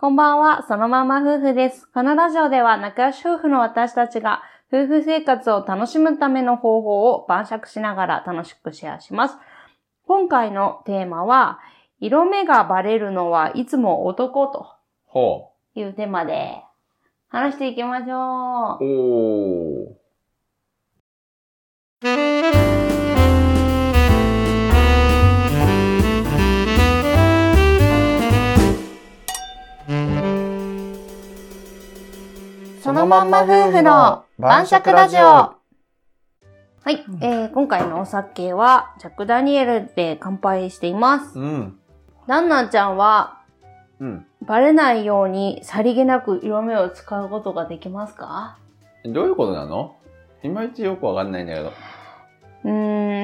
こんばんは、そのまま夫婦です。このラジオでは仲良し夫婦の私たちが夫婦生活を楽しむための方法を晩酌しながら楽しくシェアします。今回のテーマは、色目がバレるのはいつも男とほいうテーマで話していきましょう。う。おー。そのまんま夫婦の晩酌ラジオ。はい、えー今回のお酒はジャック・ダニエルで乾杯しています。うん。ランナーちゃんはうん。バレないようにさりげなく色目を使うことができますかどういうことなのいまいちよくわかんないんだけど。うー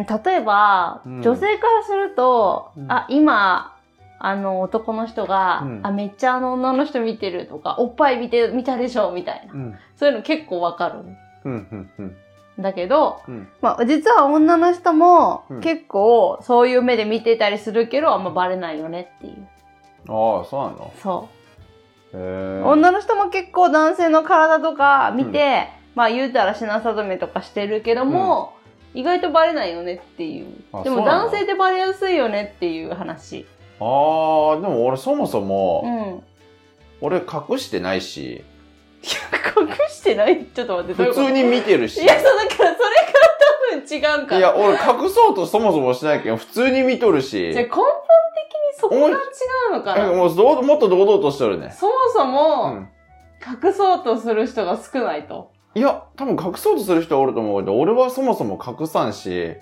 ん例えば、うん女性からすると、うんあ今あの男の人が、うんあめっちゃあの女の人見てるとかおっぱい見て見たでしょみたいなうん。そういうの結構わかるうん、うん、うん。んだけど、うん。まあ、実は女の人もうん結構そういう目で見てたりするけどあんまバレないよねっていうああ、そうなのそうへえ。女の人も結構男性の体とか見て、まあ言うたら品定めとかしてるけども、意外とバレないよねっていうあでそもうなの男性ってバレやすいよねっていう話ああ、でも俺そもそうんも、俺隠してないし、隠してないちょっと待って普どう通いうに見てることし。いやそうだからそれが多分違うからいや、俺隠そうとそもそもしないけど、普通に見とるしじゃあ。根本的にそこが違うのかなんかなもうどうもっと堂々としてるね。そもそうもん。隠そうとする人が少ないといや、多分隠そうとする人はおると思うけど、俺はそもそも隠さんし、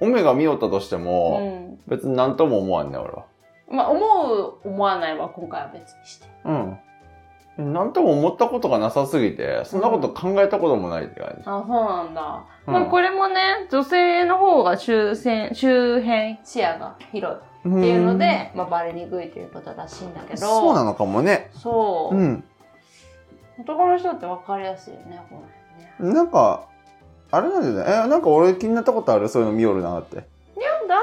オメガ見よったとしてうも、ん別に何とも思わんね、俺は。まあ思う思わないは今回は別にしてうん。何とも思ったことがなさすぎて、そんなこと考えたこともないって感じ。あ、そうなんだ。うんまあこれもね、女性の方が周辺、周辺視野が広いっていうので、まあバレにくいということらしいんだけうん、ど。そうなのかもね。そうう。ん。男の人って分かりやすいよね、この辺ね。なんか、あれなんじゃないえ、なんか俺気になったことあるそういうの見よるなって。いや、旦那ち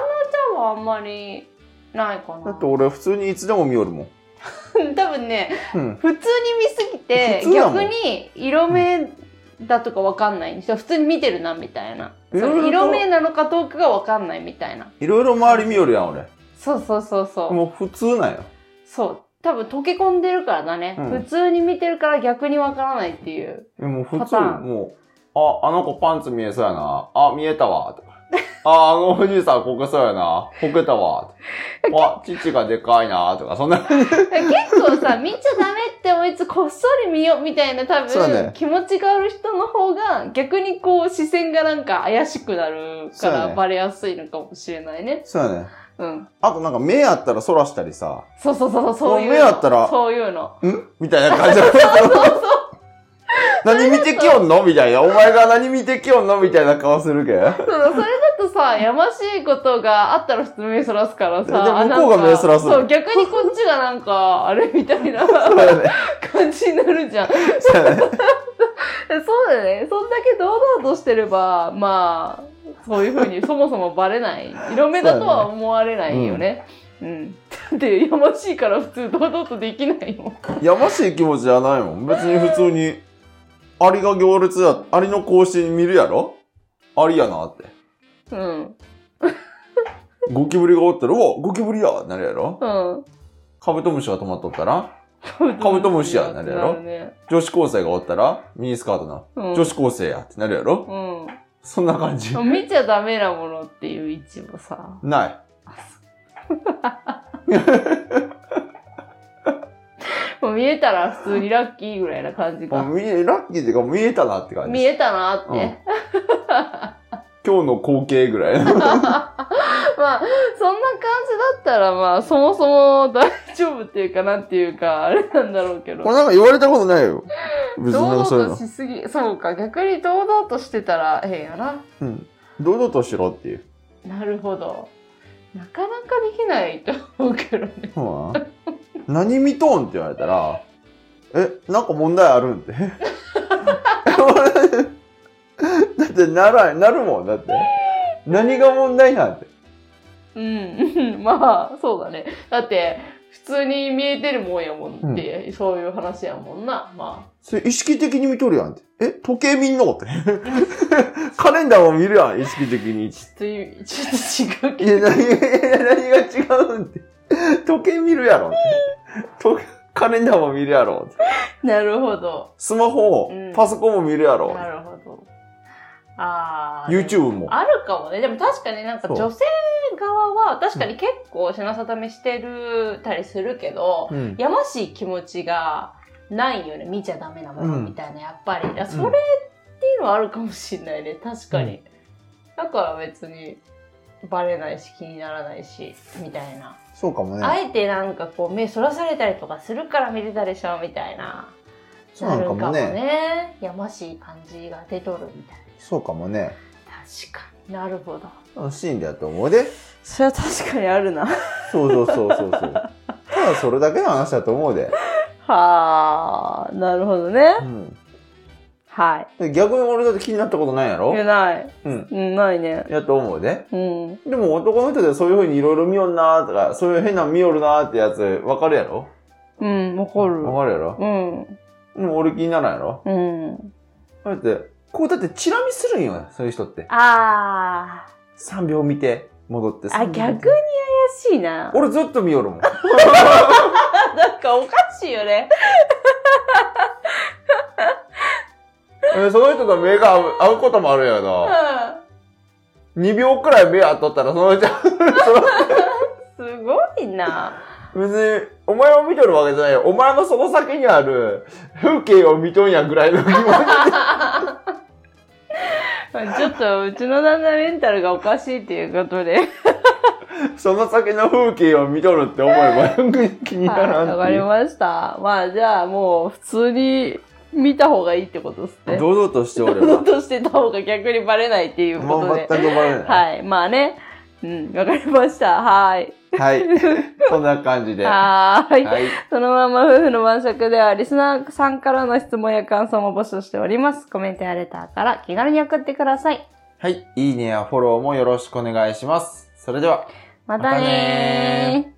ゃんはあんまりないかだな。って俺普通にいつでも見よるもん。 多分ね、うん。普通に見すぎて、普通だもん逆に色目だとか分かんないんですよ。普通に見てるな、みたいな。そいろいろとの色目なのか遠くが分かんないみたいな。いろいろ周り見よるやん、俺。そうそうそうそう。もう普通なんよ。そう多分溶け込んでるからだね、うん普通に見てるから逆にわからないっていうえもう普パ通ターンもう、あ、あの子パンツ見えそうやな。あ、見えたわ。とかあ、あのおじいさんこけそうやな。こけたわ。とかあ、父がでかいな。とか、そんな。結構 さ見ちゃダメって思いつつこっそり見ようみたいな多そう分、だね気持ちがある人の方が逆にこう視線がなんか怪しくなるそかうだらねバレやすいのかもしれないねそうやね。うんあとなんか目あったらそらしたりさ、そうそうそうそうそういう目あったらそういうの んみたいな感じで。何見てきよんのみたいな。お前が何見てきよんのみたいな顔するけん。そうそれだとさやましいことがあったら普通目そらすからさであ向こうながんか目そらすのそう逆にこっちがなんかあれみたいなそうやね。感じになるじゃんそうやね。そうだね。そんだけ堂々としてれば、まあ、そういうふう にそもそもバレない。色目だとは思われないよね。うん。だって、やましいから普通堂々とできないもん。やましい気持ちじゃないもん。別に普通に、アリが行列だ。アリの更新見るやろアリやなって。うん。ゴキブリがおったら、うわ、ゴキブリやなるやろうん。カブトムシが止まっとったらカブトムシカブトムシやなるやろね、女子高生がおったらミニスカートな。うん。女子高生やってなるやろそんな感じう。ん。見ちゃダメなものっていう位置もさ。ない。もう見えたら普通にラッキーぐらいな感じもか。う見え、ラッキーっていうか見えたなって感じ。見えたなって。うん今日の光景ぐ らい。う まあ、そんな感じだったら、まあ、そもそも大丈夫っていうか、なんていうか、あれなんだろうけど。なんか言われたことないよ。別堂に々そういうとの。しすぎ、そうか、逆に堂々としてたら、ええやな。うん。堂々としろっていう。なるほど。なかなかできないと思うけどね。ほら何見とんって言われたら、え、なんか問題あるんって。 だってならん、なるもん。だって。何が問題なんて。 うん、まあ、そうだね。だって、普通に見えてるもんやもんって、そういう話やもんな。まそれ意識的に見とるやんって。え時計見んのって。 カレンダーも見るやん、意識的に。あ、ちょっと、ちょっと違うけいや、何、い や何が違うんって。時計見るやろって。時カレンダーも見るやろって。ど。なるほど。スマホ、うんパソコンも見るやろなるほど。ああ。 YouTube も。あるかもね。でも確かになんかそう女性側は確かに結構品定めしてるたりするけど、うん。やましい気持ちがないよね。見ちゃダメなものうんみたいな、やっぱり。いやそれっていうのはあるかもしれないね。確かに。だから別にバレないし気にならないし、みたいな。そうかもあね。えてなんかこう目そらされたりとかするから見てたでしょ、みたいな。そうなんかもねなるねやましい感じが出とるみたいな。そうかもね。確かになるほど。楽しいんだよと思うで。それは確かにあるな。はそうそうそうそうそう。ただそれだけの話だと思うで。あ、なるほどねう。ん。はで逆に俺だって気になったことないやい。ろいや、ない。うん。うんないね。やと思うで。うん。でも男の人でそういう風にいろいろ見よんなーとか、そういう変な見よるなーってやつわかるやろうん、わかる。わかるやろうん。でも俺気にならんやろうん。だって、こうだってチラ見するんよ、そういう人って。ああ。 3秒見て、戻って。あ、 3逆に秒見怪てしいな。俺ずっと見よるもん。 なんかおかしいよね。えその人と目が合う合うこともあるやうな。ん。 2秒くらい目合っとったら、その人、すごいな。別に、お前を見とるわけじゃないよ。お前のその先にある風景を見とんやぐらいの気持ち。ちょっと、うちの旦那メンタルがおかしいっていうことで。 その先の風景を見とるって思えば、気になはい、わらんっかていりう。ました。まあ、じゃあもう、普通に見た方がいいってことですね。堂々としておれ堂ば々。としてた方が逆にバレないっていうこもとう全でく。 バレない。はい。まあね。うん、わかりました。はい。はい。そんな感じで。ははーい。い。そのまま夫婦の晩酌では、リスナーさんからの質問や感想も募集しております。コメントやレターから気軽に送ってください。はい。いいねやフォローもよろしくお願いします。それでは。またねまたねー